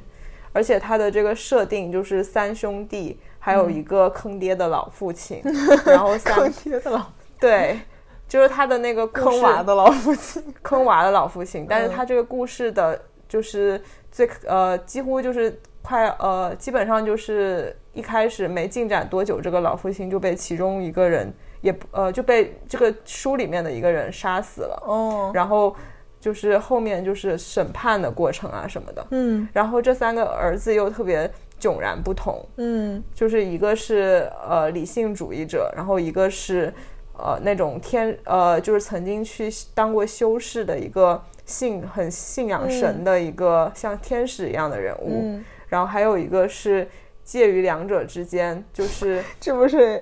而且他的这个设定就是三兄弟，还有一个坑爹的老父亲，然后
坑
三
爹的老
对，就是他的那个 故
坑
事嗯
娃的老父亲。
坑娃的老父亲，但是他这个故事的，就是最呃，几乎就是快呃，基本上就是一开始没进展多久，这个老父亲就被其中一个人也不呃就被这个书里面的一个人杀死了，
哦，
然后就是后面就是审判的过程啊什么的，
嗯
然后这三个儿子又特别迥然不同，
嗯
就是一个是呃理性主义者，然后一个是呃那种天呃就是曾经去当过修士的一个信很信仰神的一个、像天使一样的人物，
嗯，
然后还有一个是介于两者之间，就是
这不是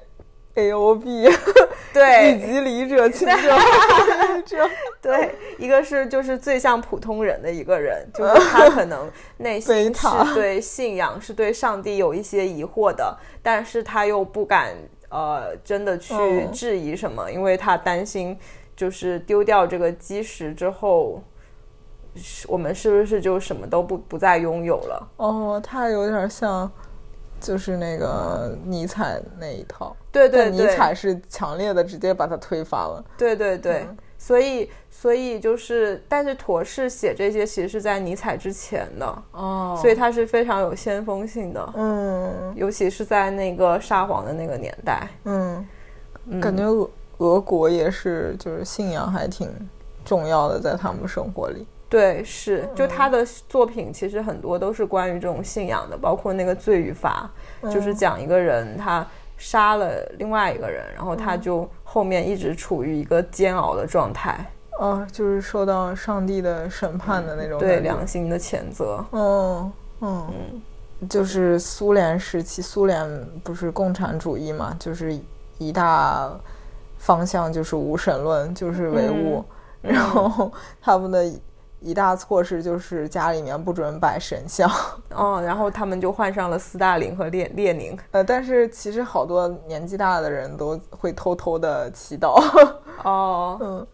A O B 以
对
及理者清者后理者，
对，一个是就是最像普通人的一个人，就是他可能内
贝
心
塔
是对信仰是对上帝有一些疑惑的，但是他又不敢呃真的去
嗯
质疑什么，因为他担心就是丢掉这个基石之后，是我们是不是就什么都不不再拥有了？
哦，他有点像，就是那个尼采那一套。
对对
但
对，
尼采是强烈的直接把它推翻了。
对对对，
嗯
所以所以就是，但是陀氏写这些其实是在尼采之前的，
哦
所以他是非常有先锋性的。
嗯
尤其是在那个沙皇的那个年代，
嗯，感觉俄俄国也是，就是信仰还挺重要的，在他们生活里。
对，
嗯
是就他的作品其实很多都是关于这种信仰的，包括那个《罪与罚》，
嗯
就是讲一个人他杀了另外一个人，然后他
嗯
就后面一直处于一个煎熬的状态，
哦，就是受到上帝的审判的那种
对
感觉。
良心的谴责。
嗯嗯，就是苏联时期，苏联不是共产主义嘛，就是一大方向就是无神论，就是唯物，
嗯
然后他们的一大措施就是家里面不准摆神像。
哦，然后他们就换上了斯大林和列列宁。
呃，但是其实好多年纪大的人都会偷偷的祈祷，
哦，
嗯，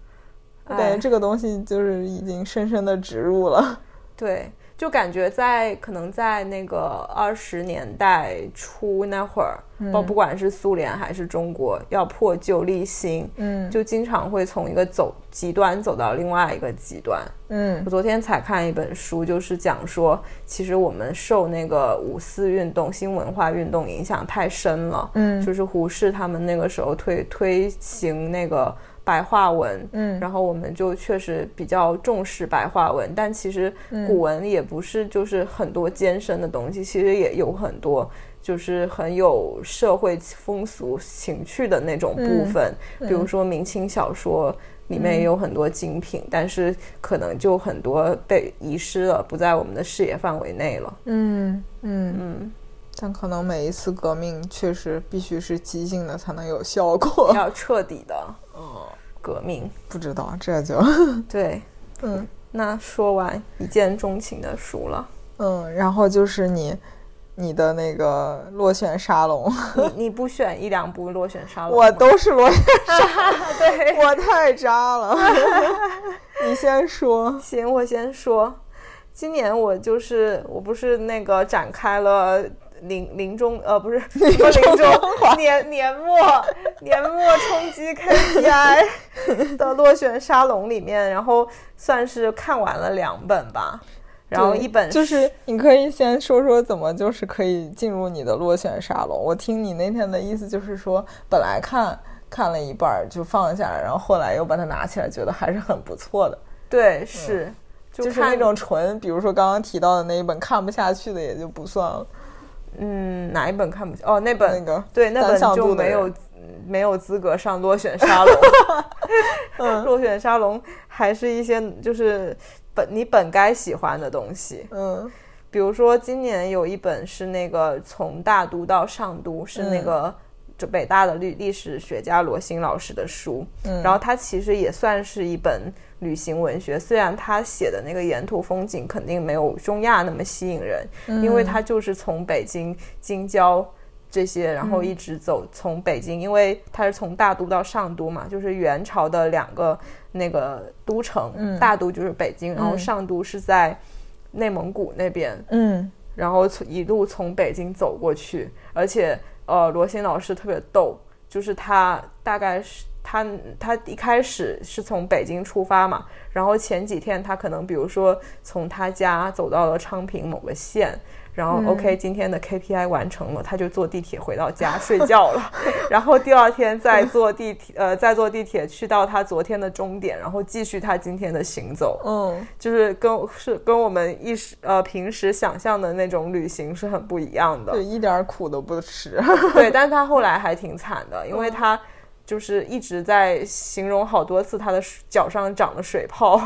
我感
哎
觉这个东西就是已经深深的植入了，
对，就感觉在可能在那个二十年代初那会儿，不、不管是苏联还是中国，要破旧立新，
嗯
就经常会从一个走极端走到另外一个极端。
嗯
我昨天才看一本书，就是讲说，其实我们受那个五四运动、新文化运动影响太深了。
嗯
就是胡适他们那个时候推推行那个白话文，
嗯
然后我们就确实比较重视白话文，但其实古文也不是就是很多艰深的东西，其实也有很多就是很有社会风俗情趣的那种部分，
嗯
嗯比如说明清小说。里面也有很多精品，但是可能就很多被遗失了，不在我们的视野范围内了。
嗯嗯，
嗯，
但可能每一次革命确实必须是激进的才能有效果。
要彻底的革命。
不知道这就
对，
嗯
那说完一见钟情的书了，
嗯，然后就是你你的那个落选沙龙，
你你不选一两部落选沙龙吗，
我都是落选 沙龙，我太渣了。 你先说，
行，我先说，今年我就是我不是那个展开了。临临终呃不是临终临终年年末年末冲击 KPI 的落选沙龙里面，然后算是看完了两本吧，然后
对
一本
就是你可以先说说怎么就是可以进入你的落选沙龙。我听你那天的意思就是说，本来看看了一半儿就放下，然后后来又把它拿起来，觉得还是很不错的，
对是、就
嗯就是
看
那种纯，比如说刚刚提到的那一本看不下去的也就不算了。
嗯哪一本看不起哦那本
那个
对，那
单
本
向
就
度的
没有
人
嗯没有资格上落选 沙龙。
嗯
落选沙龙还是一些就是本你本该喜欢的东西，
嗯
比如说今年有一本是那个从大都到上都，是那
嗯
个就北大的历历史学家罗新老师的书，
嗯
然后它其实也算是一本旅行文学，虽然他写的那个沿途风景肯定没有中亚那么吸引人，
嗯
因为他就是从北京、京郊这些，然后一直走从北京，因为他是从大都到上都嘛，就是元朝的两个那个都城，
嗯
大都就是北京，然后
嗯
上都是在内蒙古那边，
嗯
然后从一路从北京走过去，而且呃，罗新老师特别逗，就是他大概是他他一开始是从北京出发嘛，然后前几天他可能比如说从他家走到了昌平某个县。然后、OK，今天的 KPI 完成了，他就坐地铁回到家睡觉了。 然后第二天再坐地铁，呃，再坐地铁去到他昨天的终点，然后继续他今天的行走。
嗯
就是跟是跟我们一时呃平时想象的那种旅行是很不一样
就
的，
一点儿苦都不 吃。
对。但是他后来还挺惨的，因为他就是一直在形容好多次他的水脚上长了水泡，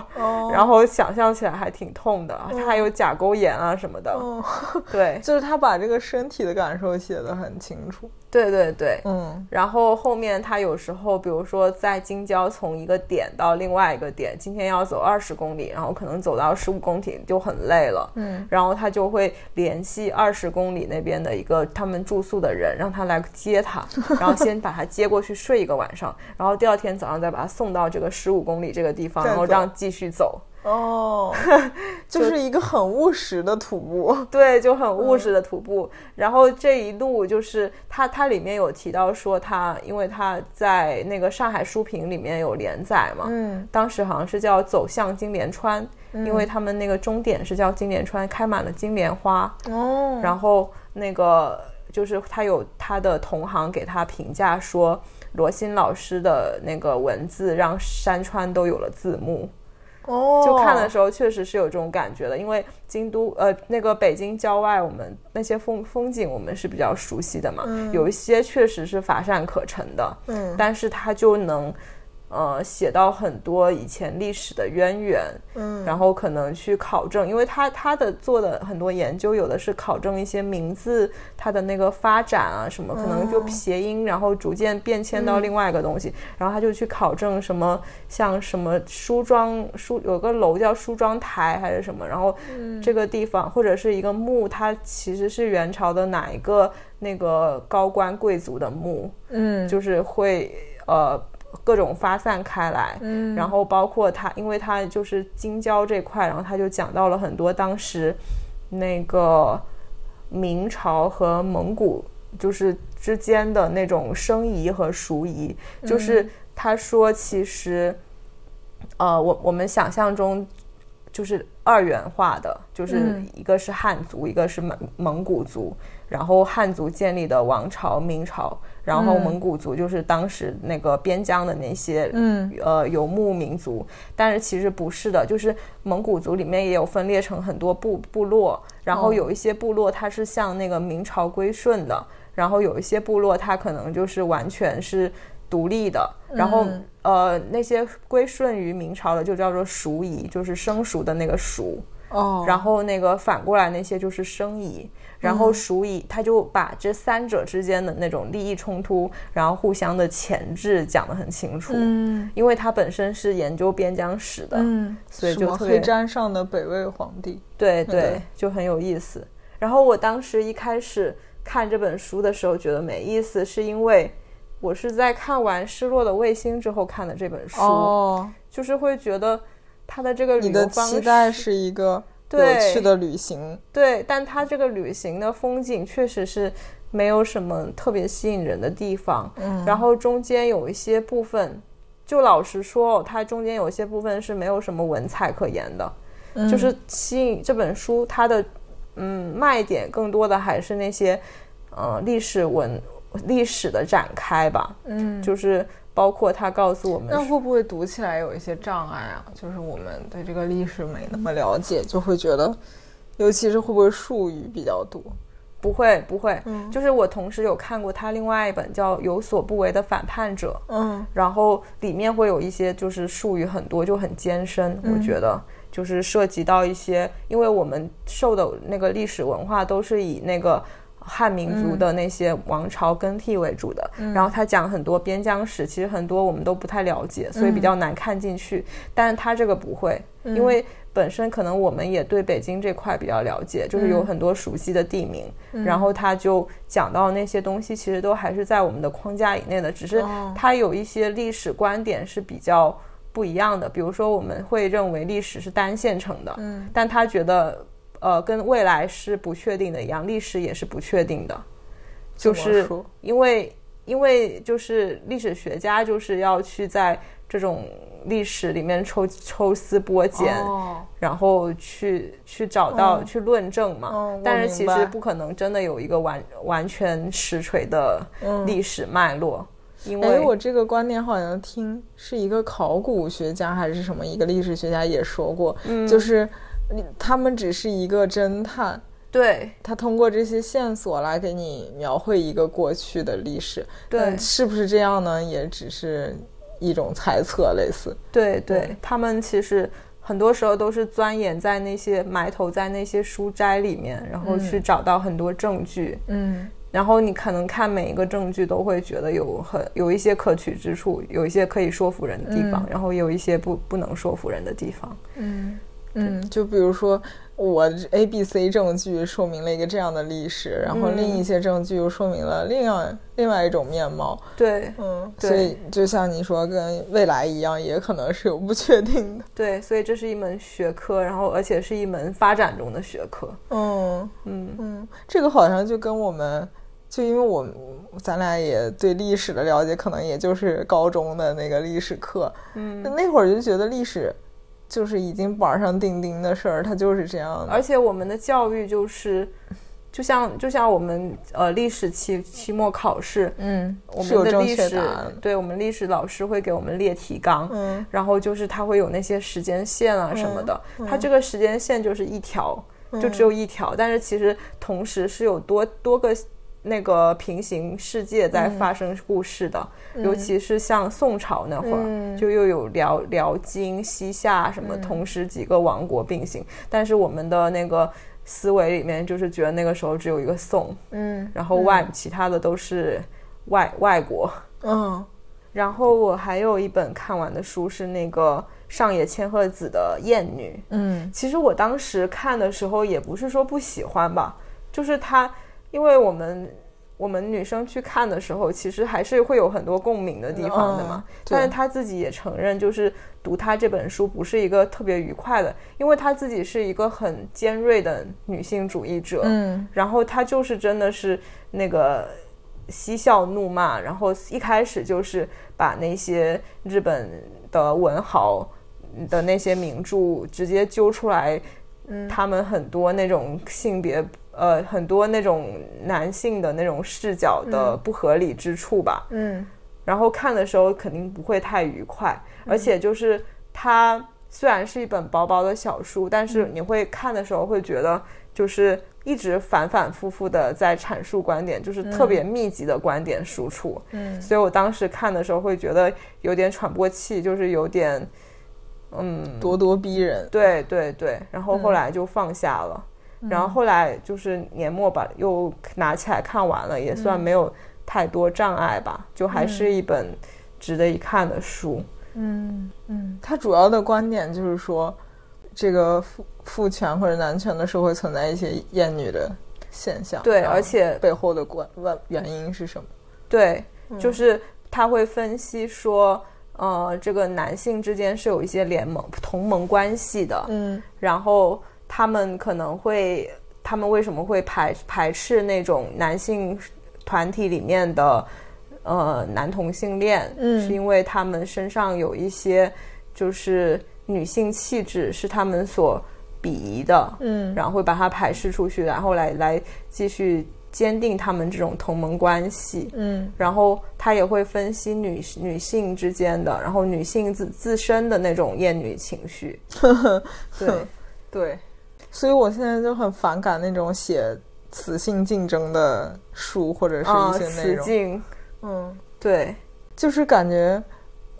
然后想象起来还挺痛的，他还有甲沟炎啊什么的，
嗯，
对
就是他把这个身体的感受写得很清楚。
对对对。
嗯
然后后面他有时候，比如说在京郊从一个点到另外一个点，今天要走二十公里，然后可能走到十五公里就很累了，
嗯
然后他就会联系二十公里那边的一个他们住宿的人，让他来接他，然后先把他接过去睡一个晚上，然后第二天早上再把他送到这个十五公里这个地方，
再
然后
走
让继续走。
哦，就是一个很务实的徒步。
对，就很务实的徒步。
嗯
然后这一路就是他，他里面有提到说他，因为他在那个上海书评里面有连载嘛，
嗯
当时好像是叫走向金莲川，因为他们那个终点是叫金莲川，开满了金莲花。
哦，
然后那个就是他有他的同行给他评价说，罗新老师的那个文字让山川都有了字幕。
哦，
就看的时候确实是有这种感觉的，因为京都呃那个北京郊外，我们那些风风景我们是比较熟悉的嘛，有一些确实是乏善可陈的，
嗯
但是他就能。呃，写到很多以前历史的渊源，
嗯
然后可能去考证，因为他他的做的很多研究，有的是考证一些名字它的那个发展啊什么，可能就谐音，然后逐渐变迁到另外一个东西，然后他就去考证什么像什么梳妆梳有个楼叫梳妆台还是什么，然后这个地方、或者是一个墓，它其实是元朝的哪一个那个高官贵族的墓，
嗯
就是会呃各种发散开来。
嗯，
然后包括他，因为他就是京郊这块，然后他就讲到了很多当时那个明朝和蒙古就是之间的那种生夷和熟夷，
嗯
就是他说其实，呃，我我们想象中就是二元化的，就是
嗯
一个是汉族，一个是蒙蒙古族，然后汉族建立的王朝、明朝，然后
嗯
蒙古族就是当时那个边疆的那些
嗯
呃游牧民族，但是其实不是的，就是蒙古族里面也有分裂成很多部部落，然后
哦
有一些部落它是向那个明朝归顺的，然后有一些部落它可能就是完全是独立的，然后、
嗯
呃那些归顺于明朝的就叫做熟夷，就是生熟的那个熟，
哦，嗯
然后那个反过来那些就是生夷，然后属夷，他就把这三者之间的那种利益冲突，然后互相的前置讲得很清楚。
嗯
因为他本身是研究边疆史的，
嗯，
所以
什
就
么
特别
黑毡上的北魏皇帝，
对
的
对，就很有意思。然后我当时一开始看这本书的时候觉得没意思，是因为我是在看完《失落的卫星》之后看的这本书，
哦，
就是会觉得他的这个
你
旅游
的
方
期
式
待是一个有
对
趣的旅行，
对，但它这个旅行的风景确实是没有什么特别吸引人的地方。
嗯，
然后中间有一些部分，就老实说、哦，它中间有一些部分是没有什么文采可言的，
嗯
就是吸引这本书它的嗯卖点更多的还是那些呃历史文历史的展开吧，
嗯，
就是包括它告诉我们
那会不会读起来有一些障碍啊？就是我们对这个历史没那么了解，就会觉得，尤其是会不会术语比较多？
不会不会，
嗯
就是我同时有看过它另外一本叫《有所不为的反叛者》。
嗯
然后里面会有一些就是术语很多，就很艰深，我觉得。就是涉及到一些，因为我们受的那个历史文化都是以那个汉民族的那些王朝更替为主的，然后他讲很多边疆史，其实很多我们都不太了解，所以比较难看进去。但是他这个不会，因为本身可能我们也对北京这块比较了解，就是有很多熟悉的地名，
嗯
然后他就讲到那些东西，其实都还是在我们的框架以内的，只是
哦
它有一些历史观点是比较不一样的。比如说，我们会认为历史是单线程的，
嗯，
但他觉得，呃，跟未来是不确定的一样，历史也是不确定的，就
怎么
是
说
因为因为就是历史学家就是要去在这种历史里面抽抽丝剥茧，
哦，
然后去去找到、
哦
去论证嘛。
哦我
但是其
明
实
白
不可能真的有一个完完全实锤的历史脉络，因
嗯哎，
为
我这个观点好像听是一个考古学家还是什么一个历史学家也说过，就是他们只是一个侦探，
对
他通过这些线索来给你描绘一个过去的历史，
对
但是不是这样呢？也只是一种猜测，类似，
对对，他们其实很多时候都是钻研在那些埋头在那些书斋里面，然后去找到很多证据。
嗯
然后你可能看每一个证据都会觉得有很有一些可取之处，有一些可以说服人的地方，然后有一些不不能说服人的地方。
嗯嗯，就比如说。我 A、B、C 证据说明了一个这样的历史，然后另一些证据又说明了另样另外一种面貌，
对
嗯，
对
所以就像你说，跟未来一样，也可能是有不确定的。
对，所以这是一门学科，然后而且是一门发展中的学科。
嗯
嗯，
嗯，这个好像就跟我们，就因为我们咱俩也对历史的了解，可能也就是高中的那个历史课，
嗯，
那会儿就觉得历史就是已经板上钉钉的事儿，它就是这样的。
而且我们的教育就是，就像就像我们呃历史期期末考试，
嗯，
我
是有
们的
正
历
确
史
答案的。
对我们历史老师会给我们列提纲，
嗯
然后就是他会有那些时间线啊什么的，它
嗯
这个时间线就是一条，就只有一条，但是其实同时是有多多个。那个平行世界在
嗯
发生故事的，尤其是像宋朝那会儿，
嗯
就又有辽辽金、西夏什么，同时几个王国并行。但是我们的那个思维里面，就是觉得那个时候只有一个宋，
嗯
然后外、其他的都是外外国。
嗯
然后我还有一本看完的书是那个上野千鹤子的《艳女》。
嗯
其实我当时看的时候也不是说不喜欢吧，就是它，因为我们我们女生去看的时候，其实还是会有很多共鸣的地方的嘛。
嗯对
但是他自己也承认，就是读他这本书不是一个特别愉快的，因为他自己是一个很尖锐的女性主义者，
嗯
然后他就是真的是那个嬉笑怒骂，然后一开始就是把那些日本的文豪的那些名著直接揪出来，他们很多那种性别呃很多那种男性的那种视角的不合理之处吧，
嗯，
然后看的时候肯定不会太愉快，而且就是它虽然是一本薄薄的小书，但是你会看的时候会觉得就是一直反反复复的在阐述观点，就是特别密集的观点输出，
嗯
所以我当时看的时候会觉得有点喘不过气，就是有点嗯
咄咄逼人。
对对对，然后后来就放下了，然后后来就是年末把又拿起来看完了，也算没有太多障碍吧，就还是一本值得一看的书。
嗯嗯，他主要的观点就是说，这个父父权或者男权的社会存在一些厌女的现象。
对，
然后
而且
背后的关问原因是什么？
对，就是他会分析说，呃，这个男性之间是有一些联盟同盟关系的，
嗯
然后他们可能会，他们为什么会排排斥那种男性团体里面的呃男同性恋？
嗯
是因为他们身上有一些就是女性气质是他们所鄙夷的，
嗯
然后会把它排斥出去，然后来来继续坚定他们这种同盟关系。
嗯
然后他也会分析女女性之间的，然后女性自自身的那种厌女 情绪。对，
对，所以我现在就很反感那种写雌性竞争的书或者是
啊，
一些内
雌
容。
竞，
嗯。
对，
就是感觉，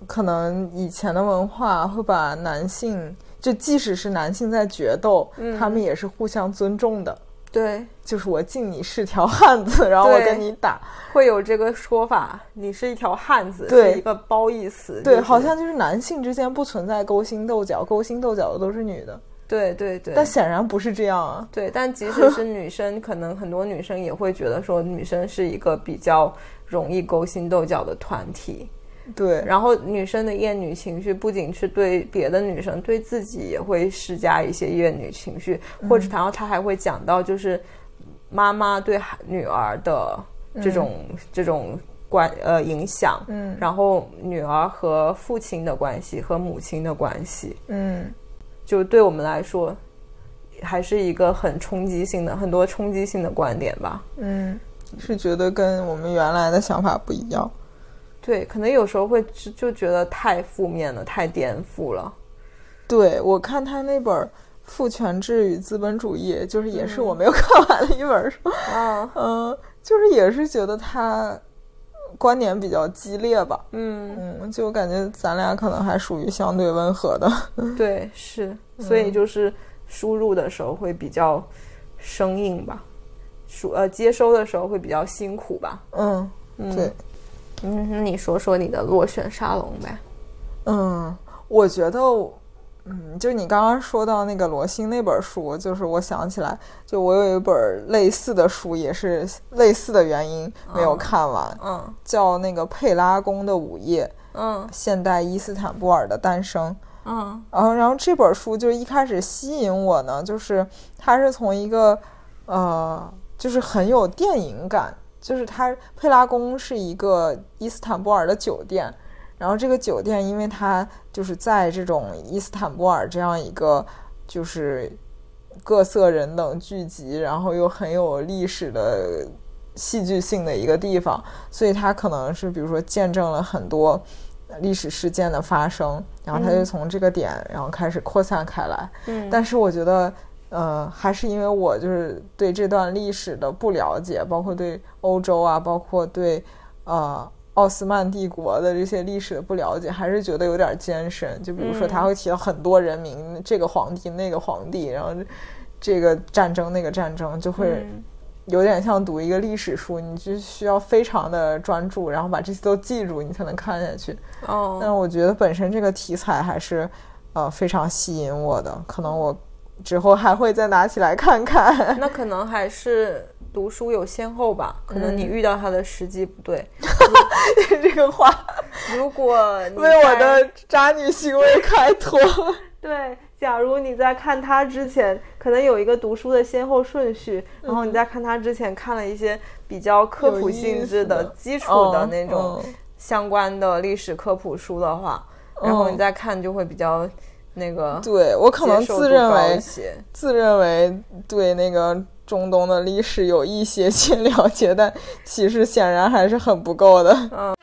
可能以前的文化会把男性，就即使是男性在决斗，他们也是互相尊重的。
对，
就是我敬你是条汉子， 然后我
对
跟你打，
会有这个说法，你是一条汉子，
对
是一个褒义词，
对，
就是
好像就是男性之间不存在勾心斗角，勾心斗角的都是女的，
对对对，
但显然不是这样啊。
对，但 即使是女生，可能很多女生也会觉得说，女生是一个比较容易勾心斗角的团体。
对，
然后女生的厌女情绪不仅是对别的女生，对自己也会施加一些厌女情绪，或者然后她还会讲到就是妈妈对孩女儿的这种、这种关呃影响，
嗯
然后女儿和父亲的关系和母亲的关系，
嗯
就对我们来说还是一个很冲击性的很多冲击性的观点吧。
嗯，是觉得跟我们原来的想法不一样。
对，可能有时候会就就觉得太负面了，太颠覆了。
对我看他那本《父权制与资本主义》，就是也是我没有看完的一本书。
啊，
嗯，就是也是觉得他观点比较激烈吧。
嗯。
嗯，就感觉咱俩可能还属于相对温和的。
对，是，所以就是输入的时候会比较生硬吧，输呃接收的时候会比较辛苦吧。
嗯，对，
嗯，那你说说你的落选沙龙呗。
嗯，我觉得我，嗯，就你刚刚说到那个罗欣那本书，就是我想起来，就我有一本类似的书，也是类似的原因没有看完，
嗯
叫那个《佩拉宫的午夜：
嗯
现代伊斯坦布尔的诞生》。
嗯
然后，然后这本书就是一开始吸引我呢，就是它是从一个，呃，就是很有电影感，就是它佩拉宫是一个伊斯坦布尔的酒店，然后这个酒店因为它就是在这种伊斯坦布尔这样一个就是各色人等聚集，然后又很有历史的戏剧性的一个地方，所以它可能是比如说见证了很多历史事件的发生，然后它就从这个点然后开始扩散开来。
嗯
但是我觉得，呃，还是因为我就是对这段历史的不了解，包括对欧洲啊，包括对呃奥斯曼帝国的这些历史的不了解，还是觉得有点艰深。就比如
嗯
说，他会提到很多人名，这个皇帝那个皇帝，然后这个战争那个战争，就会
嗯
有点像读一个历史书，你就需要非常的专注，然后把这些都记住，你才能看下去。
哦
但我觉得本身这个题材还是呃非常吸引 我的，可能我之后还会再拿起来看看。
那可能还是读书有先后吧，可能你遇到他的时机不 对。
这个话
如果你
为我
在
的渣女行为开 脱。
对，假如你在看他之前，可能有一个读书的先后顺序，然后你在看他之前看了一些比较科
嗯有
普
意
性
思
质的
的
基础的
嗯
那种
嗯
相关的历史科普书的话，然后你
嗯
再看就会比较那个
对我可能
接受
自
度
认
高
为
一些
自认为对那个 中东的历史有一些些了解，但其实显然还是很不够的。